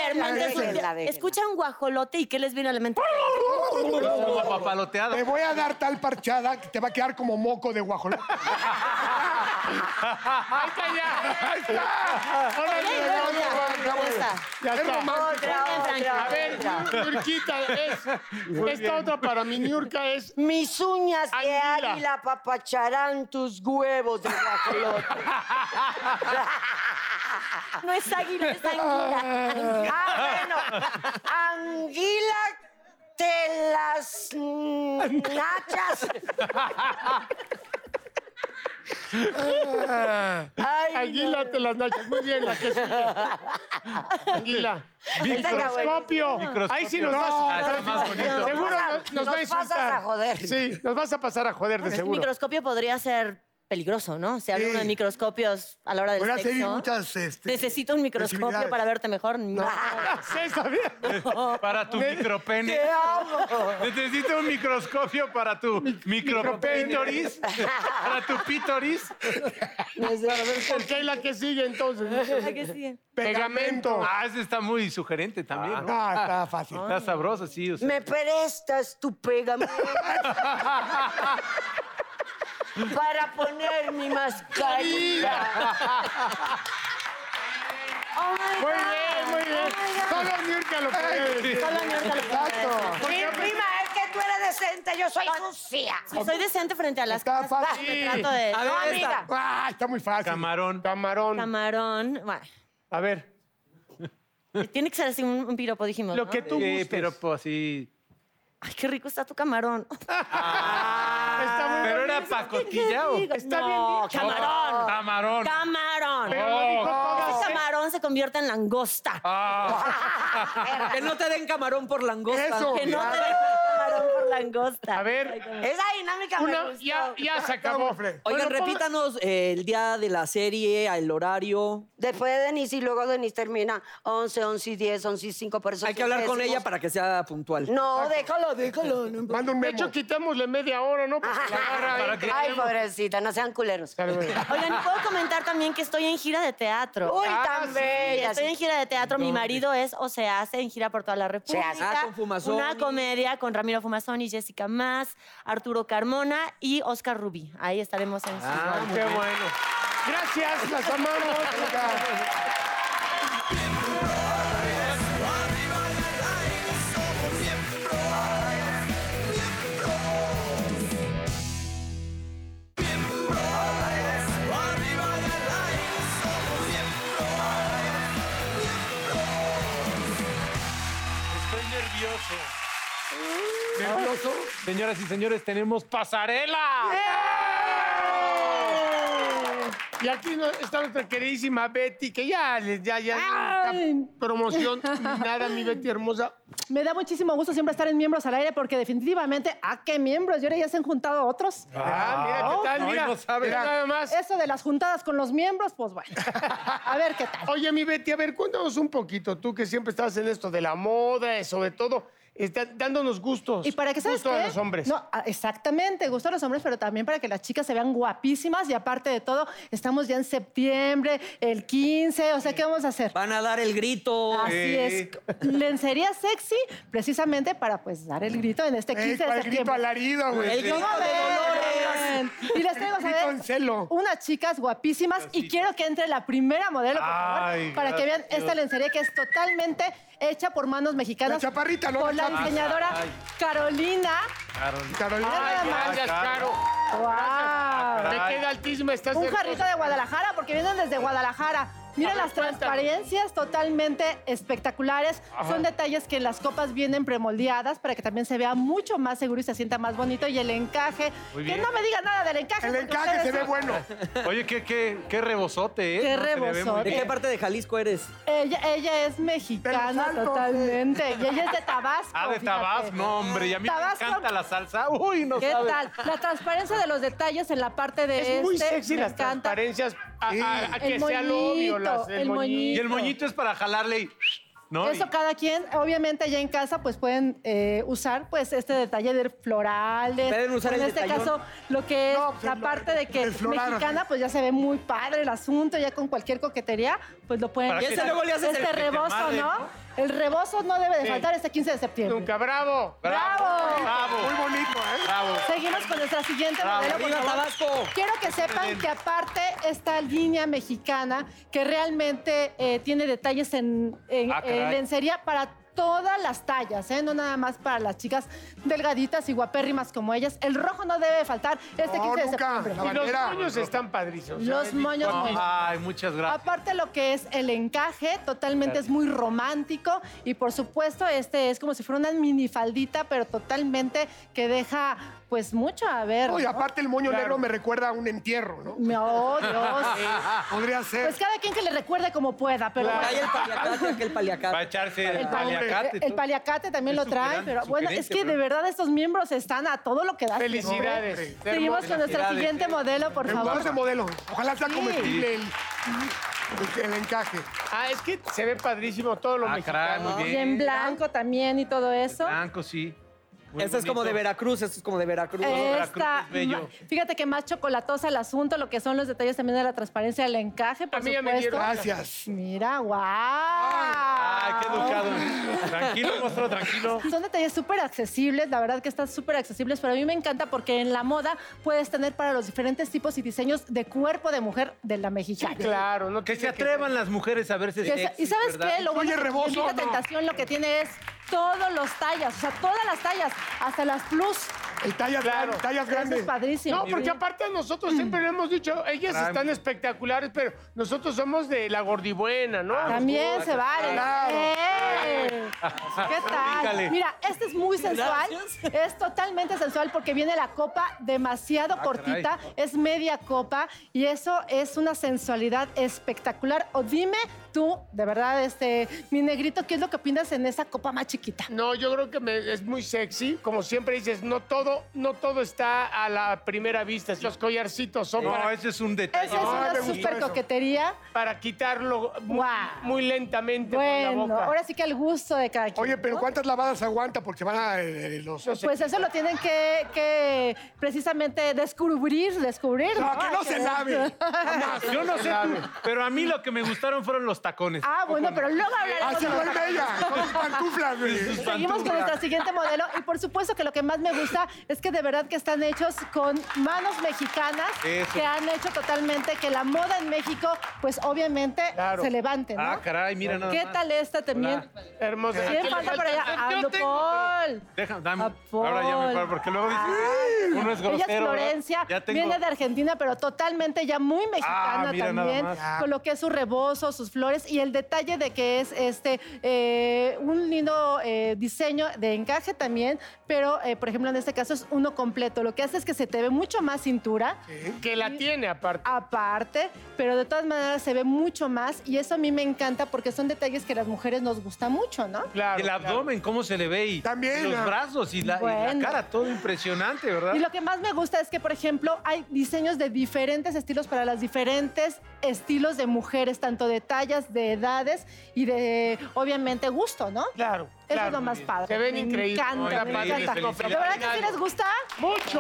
Déjenla, mantén su- déjenla, déjenla. Escucha un guajolote y ¿qué les viene a la mente? Como [laughs] papaloteada. Te voy a dar tal parchada que te va a quedar como moco de guajolote. ¡Ahí está ya! ¡Ahí está! Ahora Ey, ya, ya, ya, ya está. ya Es está. romántico. Otra, otra, A ver, otra. Nurquita, es. [laughs] Esta otra para mi Niurka es. Mis uñas de Águila. águila papacharán tus huevos [laughs] de guajolote. No es águila, es anguila. Ah, bueno. Anguila te las [laughs] nachas. Ay, no. Águila te las nachas. Muy bien, la que sigue. Águila. Está Microscopio. Microscopio. Ahí sí nos vas Ah, está más a bonito. Seguro nos, nos va a Nos pasas insultar. a joder. Sí, nos vas a pasar a joder, de El seguro. este microscopio podría ser peligroso, ¿no? Si habla Sí. uno de microscopios a la hora del Podrías sexo. seguir muchas. este, ¿Necesito un microscopio posibilidades. para verte mejor? No. Sí, [laughs] está bien. Para tu micropene. Te amo. Necesito un microscopio para tu micropítoris. [laughs] Para tu pítoris. Ok, la que sigue entonces. Ay, que sí. Pegamento. Ah, ese está muy sugerente también, ¿no? Ah, está fácil. Está sabroso, sí. o sea. Me prestas tu [laughs] pegamento para poner mi mascarilla. Muy bien, muy bien. Solo Niurka lo puede decir. Solo Niurka lo puede Exacto. Mi prima, es que tú eres decente, yo soy sucia. Si soy decente frente a las Está cosas, pues, fácil. me trato de... A ver, No, esta. amiga. Ah, está muy fácil. Camarón. Camarón. Camarón. Bueno, A ver, tiene que ser así un, un piropo, dijimos, lo ¿no? que tú Sí, gustes. pero pues sí. Ay, qué rico está tu camarón. Está muy ¿Pero era bonito. pa' cosquilla o- Está no, camarón. Camarón. Camarón. Pero lo dijo todas. Ese camarón se convierte en langosta. Ah. Que no te den camarón por langosta. Eso. que no te den camarón por langosta. A ver, Esa dinámica me una, gustó. ya, ya se acabó. Oigan, Bueno, ponga- repítanos eh, el día de la serie, el horario. Después de Denise y luego Denise termina 11, 11 y 10, 11 y 5 personas. Hay que hablar con ella para que sea puntual. No, déjalo, déjalo. no importa. Manda un De memo. hecho, quitémosle media hora, ¿no? Porque la agarra ahí. Ay, pobrecita, no sean culeros. Claro, güey. Oigan, y puedo comentar también que estoy en gira de teatro. Eh, Uy, Ah, tan bella. Estoy en gira de teatro. Mi marido es o se hace en gira por toda la República. hace. Ah, con Fumazoni. Una comedia con Ramiro Fumazoni, Jessica Más, Arturo Carmona y Oscar Rubí. Ahí estaremos en su Ah, qué bueno. Gracias, las amamos. Estoy nervioso. ¿Nervioso? Señoras y señores, tenemos pasarela. Y aquí no- está nuestra queridísima Betty, que ya, les- ya, ya, ya promoción ni nada, mi Betty hermosa. Me da muchísimo gusto siempre estar en Miembros al Aire porque definitivamente, ¿a qué miembros? Y ahora ya se han juntado otros. Ah, mira, ¿qué tal? hoy Mira, no sabe. mira nada más. Eso de las juntadas con los miembros, pues bueno. A ver qué tal. Oye, mi Betty, a ver, cuéntanos un poquito, tú que siempre estás en esto de la moda, eh, sobre todo, está dándonos gustos. Y para que sabes Gusto a qué? los hombres. No, ah, exactamente, gusto a los hombres, pero también para que las chicas se vean guapísimas y aparte de todo, estamos ya en septiembre, el 15, o sea, ¿qué vamos a hacer? Van a dar el grito. Así es, lencería sexy precisamente para pues dar el grito en este 15 Ey, de ¿cuál septiembre. grito alarido, El güey. grito de Dolores. Y les traigo a Grito en celo. unas chicas guapísimas y quiero que entre la primera modelo, por favor, Ay, para que vean esta lencería que es totalmente hecha por manos mexicanas. La chaparrita, ¿no? Por la La chapa. diseñadora Ay. Carolina. Carolina. Carolina. Nada más. Gracias, Caro. Guau. Te queda altísima, estás Un hermosa. jarrito de Guadalajara, porque vienen desde Guadalajara. Mira A ver, las cuéntame. transparencias totalmente espectaculares. Son detalles que las copas vienen premoldeadas para que también se vea mucho más seguro y se sienta más bonito. Y el encaje, Muy que bien. no me diga nada del encaje. El porque encaje ustedes se ve son- bueno. Oye, qué, qué, qué rebozote, ¿eh? No Qué se le ve muy rebozote. ¿De bien. qué parte de Jalisco eres? Ella, ella es mexicana Altos. totalmente. Y ella es de Tabasco. Ah, de fíjate. Tabasco, no, hombre. Y a mí Tabasco. me encanta la salsa. Uy, no ¿Qué sabes. tal? La transparencia de los detalles en la parte de este. Es muy sexy me las encanta. transparencias. A, a- a que El sea lo obvio. moñito, Las, el Y moñito. el moñito es para jalarle y... ¿No? Eso Y- cada quien, obviamente ya en casa, pues pueden eh, usar pues este detalle de florales. Pueden usar o en el este detallón. caso, lo que es No, pues, la el- parte de que el floral, mexicana, pues ya se ve muy padre el asunto, ya con cualquier coquetería, pues lo pueden. ¿Para qué se- luego le haces el este que te rebozo, amarre, ¿no? El rebozo no debe de Sí. faltar este 15 de septiembre. Nunca, bravo. ¡Bravo! ¡Bravo! Muy bonito, ¿eh? ¡Bravo! Seguimos con nuestra siguiente Ah, Bravo. modelo. por ¡Arriba, favor. Tabasco! Quiero que sepan que aparte esta línea mexicana que realmente eh, tiene detalles en, en- Ah, caray. en lencería para todas las tallas, ¿eh? no nada más para las chicas delgaditas y guapérrimas como ellas. El rojo no debe faltar este No, 15 de nunca. septiembre. La Y los bandera. moños están padrizos. Los moños No, muy- Ay, muchas gracias. Aparte lo que es el encaje, totalmente es muy romántico y por supuesto este es como si fuera una minifaldita, pero totalmente que deja pues mucho a ver. No, y ¿no? aparte el moño Claro. negro me recuerda a un entierro, ¿no? No, Dios. Podría ser. Pues cada quien que le recuerde como pueda, pero Trae bueno, el paliacate, aquel Va a paliacate. echarse el Ah, el paliacate- paliacate. el tú. paliacate también Es lo trae, sugerente, pero bueno, es sugerente, que de pero- verdad estos miembros están a todo lo que da. ¿eh? Felicidades. Seguimos con nuestra Felicidades. siguiente modelo, por Me gusta ese favor. modelo. Ojalá sea comestible el, el- el encaje. Ah, es que se ve padrísimo todo lo Ah, caray, mexicano. muy Y bien. en blanco también y todo eso. Blanco, sí. Muy Este es como de bonito. Veracruz, este es como de Veracruz. Eh, Veracruz Esta, es bello. ma- fíjate que más chocolatosa el asunto, lo que son los detalles también de la transparencia del encaje, por A mí ya me supuesto. dieron- Gracias. Mira, guau. Ay, qué educado. Tranquilo, monstruo, tranquilo. Son detalles súper accesibles, la verdad que están súper accesibles, pero a mí me encanta porque en la moda puedes tener para los diferentes tipos y diseños de cuerpo de mujer de la mexicana. Claro, no Que se tiene atrevan las mujeres a verse Que se- sexy, y sabes qué, lo bueno Oye, es que rebozo, Bendita ¿no? tentación lo que tiene es todos los tallas, o sea, todas las tallas, hasta las plus. El tallas, Claro. gran- tallas Eso grandes. es padrísimo. No, porque Sí. aparte a nosotros siempre lo hemos dicho, ellas Ay. están espectaculares, pero nosotros somos de la gordibuena, ¿no? También se vale. Claro. ¡Eh! ¿Qué tal? Dígale. Mira, este es muy sensual. Gracias. Es totalmente sensual porque viene la copa demasiado Ah, cortita. Es media copa y eso es una sensualidad espectacular. O dime tú, de verdad, este, mi negrito, ¿qué es lo que opinas en esa copa más chiquita? No, yo creo que me- es muy sexy. Como siempre dices, no todo, no todo está a la primera vista. Estos collarcitos son No, eh. para, ese es un detalle. Esa es Ay, me una gustó super eso. coquetería. para quitarlo muy, Guau. muy lentamente con la Bueno, boca. ahora sí que al gusto de cada quien. Oye, pero ¿no? ¿cuántas lavadas aguanta? Porque van a eh, eh, los... No sé. Pues eso lo tienen que, que precisamente descubrir, descubrir. No, que Hay no se lave. Yo no sé tú, pero a mí lo que me gustaron fueron los tacones. Ah, bueno, pero luego hablaremos. Así de no los es bella. Con sus pantuflas, güey. Seguimos con nuestra siguiente modelo y por supuesto que lo que más me gusta es que de verdad que están hechos con manos mexicanas Eso. que han hecho totalmente que la moda en México pues obviamente Claro. se levante, ¿no? Ah, caray, mira nada ¿Qué más. tal esta también? Hermosa. ¿Quién Aquí le falta para allá? falta- Yo Ando tengo- Paul. Deja, dame. A Paul. Ahora ya me paro, porque luego dices, Ay. uno es [laughs] Ella grosero. es ¿verdad? Florencia, Ya tengo- viene de Argentina, pero totalmente ya muy Ah, mexicana mira nada también, más. con lo que es su rebozo, sus flores y el detalle de que es este eh, un lindo eh, diseño de encaje también, pero eh, por ejemplo en este caso es uno completo. Lo que hace es que se te ve mucho más cintura, Que la tiene aparte. aparte, pero de todas maneras se ve mucho más y eso a mí me encanta porque son detalles que las mujeres nos gusta mucho, ¿no? Claro, El abdomen, cómo se le ve y, También, y los ah. brazos y la, y la Bueno. cara, todo impresionante, ¿verdad? Y lo que más me gusta es que, por ejemplo, hay diseños de diferentes estilos para las diferentes estilos de mujeres, tanto de tallas, de edades y de, obviamente, gusto, ¿no? Claro, claro. Eso es claro. lo más padre. Se ven me increíbles. Muy Encanta, me increíbles, encanta. ¿De felicidades. verdad que sí les gusta? Eh, Mucho.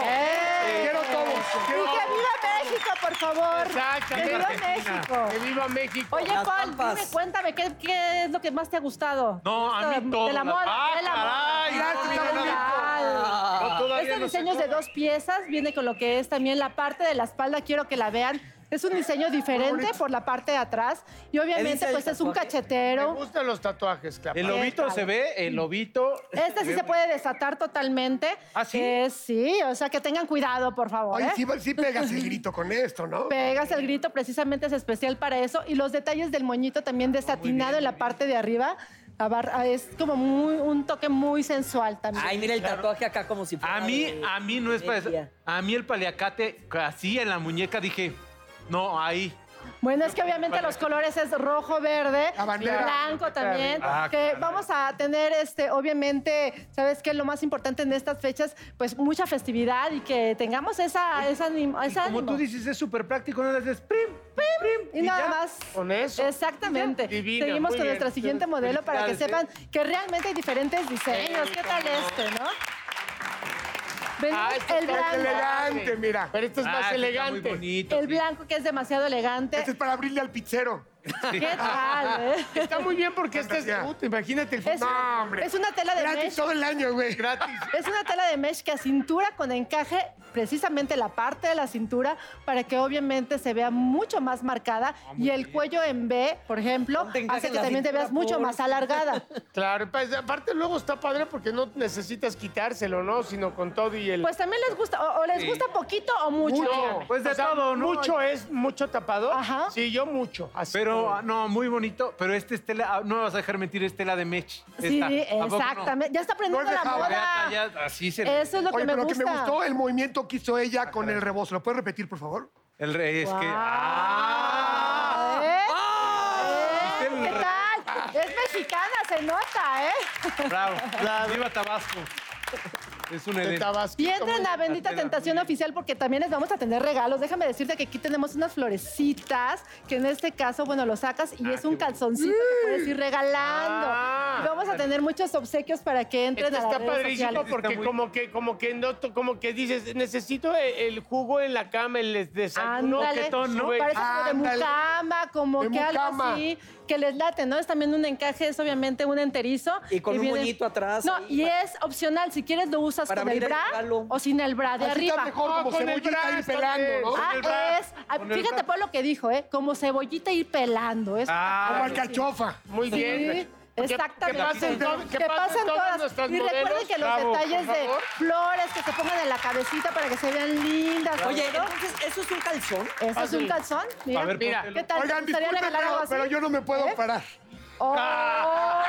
Quiero todo. Y que Quiero viva México, por favor. Que Exactamente. viva Argentina. México. Que viva México. Oye, Las Paul, pampas. dime, cuéntame, ¿qué, qué es lo que más te ha gustado? No, a Esto mí de- todo. De la Ah, moda, de la moda. caray, Mira, no, tú mira también. nada. Ay, No, toda todavía Este no se diseño es de acaba. dos piezas, viene con lo que es también la parte de la espalda, quiero que la vean. Es un diseño diferente por la parte de atrás y obviamente el pues es un tatuaje? Me cachetero. gustan los tatuajes, claro. El lobito Tal. se ve, el lobito. Este sí se puede desatar totalmente. ¿Ah, sí? Eh, sí, o sea que tengan cuidado, por favor. Oye, ¿eh? sí, sí pegas el grito con esto, ¿no? Pegas el grito, precisamente es especial para eso. Y los detalles del moñito también desatinado en la parte de arriba. abar- ah, Es como muy, un toque muy sensual también. Ay, mira el tatuaje acá como si fuera A mí, de- a mí no es para eso. media. A mí el paliacate así en la muñeca dije, no, ahí. Bueno, es que obviamente los colores es rojo, verde, La bandera. blanco también. Ah, que vamos a tener, este, obviamente, ¿sabes qué? Lo más importante en estas fechas, pues mucha festividad y que tengamos esa, esa, anim- Y esa como ánimo. tú dices, es súper práctico, nada más es prim, prim, Y nada ya. más. Con eso. Exactamente. Divino, Seguimos muy con bien. nuestro siguiente modelo para que sepan felicidades, que realmente hay diferentes diseños. ¿Qué tal este, no? Venimos Ah, este el está blanco. elegante, mira. Pero este es Ah, más sí, está muy elegante. bonito. El sí. blanco que es demasiado elegante. Este es para abrirle al pizzero. ¿Qué tal? eh? Está muy bien porque este es. Ya. Puta, imagínate el Es, No, hombre. es una tela de Gratis mesh. todo el año, güey. Gratis. Es una tela de mesh que a cintura con encaje, precisamente la parte de la cintura, para que obviamente se vea mucho más marcada y el cuello en B, por ejemplo, Ponte encaje hace en que la también te cintura, veas mucho por- más alargada. Claro, pues, aparte luego está padre porque no necesitas quitárselo, ¿no? Sino con todo y el. Pues también les gusta, o, o les gusta poquito o mucho. díganme. Pues de todo, ¿no? Mucho es mucho tapado. Ajá. Sí, yo mucho. Así Pero, como- ah, no, muy bonito. Pero este es tela, ah, no me vas a dejar mentir, es tela de mech. Sí, Esta, ¿a poco no? Ah, exactamente. Ya está aprendiendo No he la dejado, moda. Ya, ya, así se le- Eso es lo que Oye, me pero lo que gusta. Ah, me gustó el movimiento que hizo ella con el rebozo. ¿Lo puedes repetir, por favor? El rey es que... ¡Ah! Ah, ¿eh? ¿Eh? ¿Viste el ¿Qué re- tal? Es mexicana, se nota, ¿eh? Bravo. Viva Tabasco. Es un de Edén. Tabasco. Y entren a Bendita Atena, Tentación muy bien. Oficial porque también les vamos a tener regalos. Déjame decirte que aquí tenemos unas florecitas que en este caso, bueno, lo sacas y es un calzoncito que puedes ir regalando. Ah. Y vamos a tener muchos obsequios para que entren Este a las está redes padrísimo sociales. porque Está muy- como que como que no to- como que dices necesito e- el jugo en la cama el desayuno Ándale. ketón, ¿no? Ah, Parece como de Ándale. mucama, como De que algo mucama. así, que les late, ¿no? Es también un encaje, es obviamente un enterizo. Y con un viene- moñito atrás No, ahí, y es opcional, si quieres lo usas Para con el abrir el bra regalo. o sin el bra de Así arriba. está mejor No, como con el cebollita ahí brazo, pelando, ¿no? hombre. Ah, Con el bra, es. ah, con el fíjate bra. por lo que dijo, ¿eh? Como cebollita ir pelando. Es Ah, Como alcachofa. Muy bien. exactamente. Que pasen, to- que Que pasen pasen todas nuestras Y recuerden modelos. que los Bravo, detalles por de favor. flores que se pongan en la cabecita para que se vean lindas. Oye, ¿no? entonces, ¿eso es un calzón? ¿Eso es un Fácil. calzón? Mira. A ver, Mira. póntelo. ¿Qué tal? Oigan, ¿Te gustaría disculpen, regalar pero, algo así? pero yo no me puedo ¿Eh? parar. Oh, [laughs]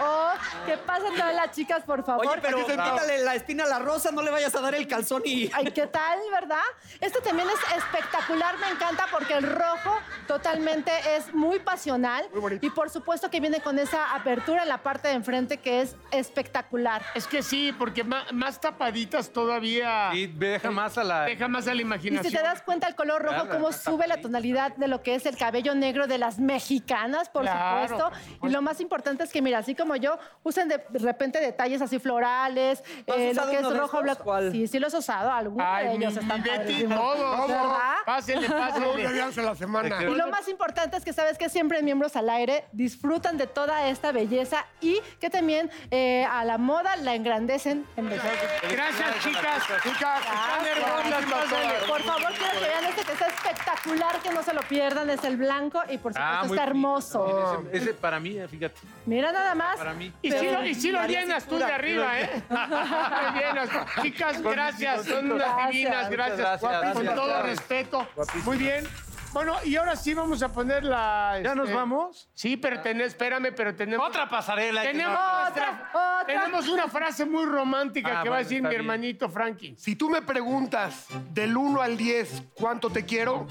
oh, que pasen todas las chicas, por favor. Oye, pero quítale la espina a la rosa, no le vayas a dar el calzón y... Ay, ¿qué tal, verdad? Este también es espectacular, me encanta porque el rojo totalmente es muy pasional. y por supuesto que viene con esa apertura en la parte de enfrente que es espectacular. Es que sí, porque ma- más, tapaditas todavía Y Eh, deja más a la... deja más a la Y imaginación. si te das cuenta el color rojo, Claro, cómo la tapa sube la ahí. tonalidad de lo que es el cabello negro de las mexicanas, por Claro, supuesto. por Y lo más importante es que, mira, así como yo, usen de repente detalles así florales, ¿Tú has eh, lo usado que es uno de rojo, estos? blanco. ¿Cuál? Sí, sí los he usado, algunos de Ay, mi, ellos mi están Betty, padrísimos. todo, todo. ¿Verdad? Pásenle, Ah, No, una pásenle. alianza a la semana. Y lo más importante es que sabes que siempre en Miembros al Aire disfrutan de toda esta belleza y que también eh, a la moda la engrandecen en belleza. Gracias, chicas. Chicas, están hermosas todas. Por favor, quiero que vean este que está espectacular, que no se lo pierdan, es el blanco y por supuesto Ah, muy está bonito. hermoso. Ese- Ese para mí, eh, fíjate. Mira nada más. Para mí. Y si, Pero- lo, y si lo llenas tú de arriba, [laughs] ¿eh? Lo llenas. Chicas, gracias. Son unas Gracias. divinas. Gracias. Muchas gracias, Guapi, gracias. Con todo Gracias. respeto. Guapísimas. Muy bien. Bueno, y ahora sí vamos a poner la... ¿Ya nos este, vamos? Sí, pero ten- espérame, pero tenemos... Otra pasarela. que Tenemos, no- nuestra- otra. tenemos una frase muy romántica Ah, que va bueno, a decir está mi bien. hermanito Frankie. Si tú me preguntas del 1 al 10 cuánto te quiero,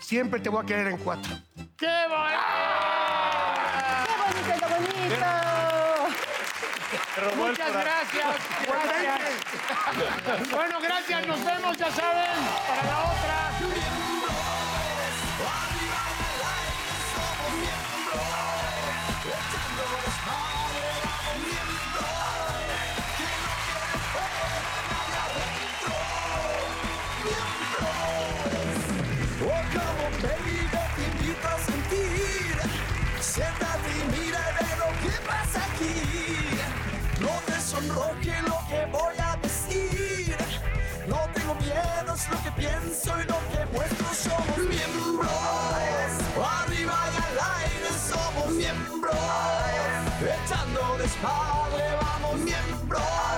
siempre te voy a querer en 4. ¡Qué bonito! ¡Qué bonito, qué bonito! Te robó el Muchas corazón. gracias. Gracias. bueno, gracias. Nos vemos, ya saben, para la otra. Oh, como baby, te invito a sentir. Siéntate y mira y ve lo que pasa aquí. No te sonroje lo que voy a decir. miembros, echando de espalda, vamos miembros,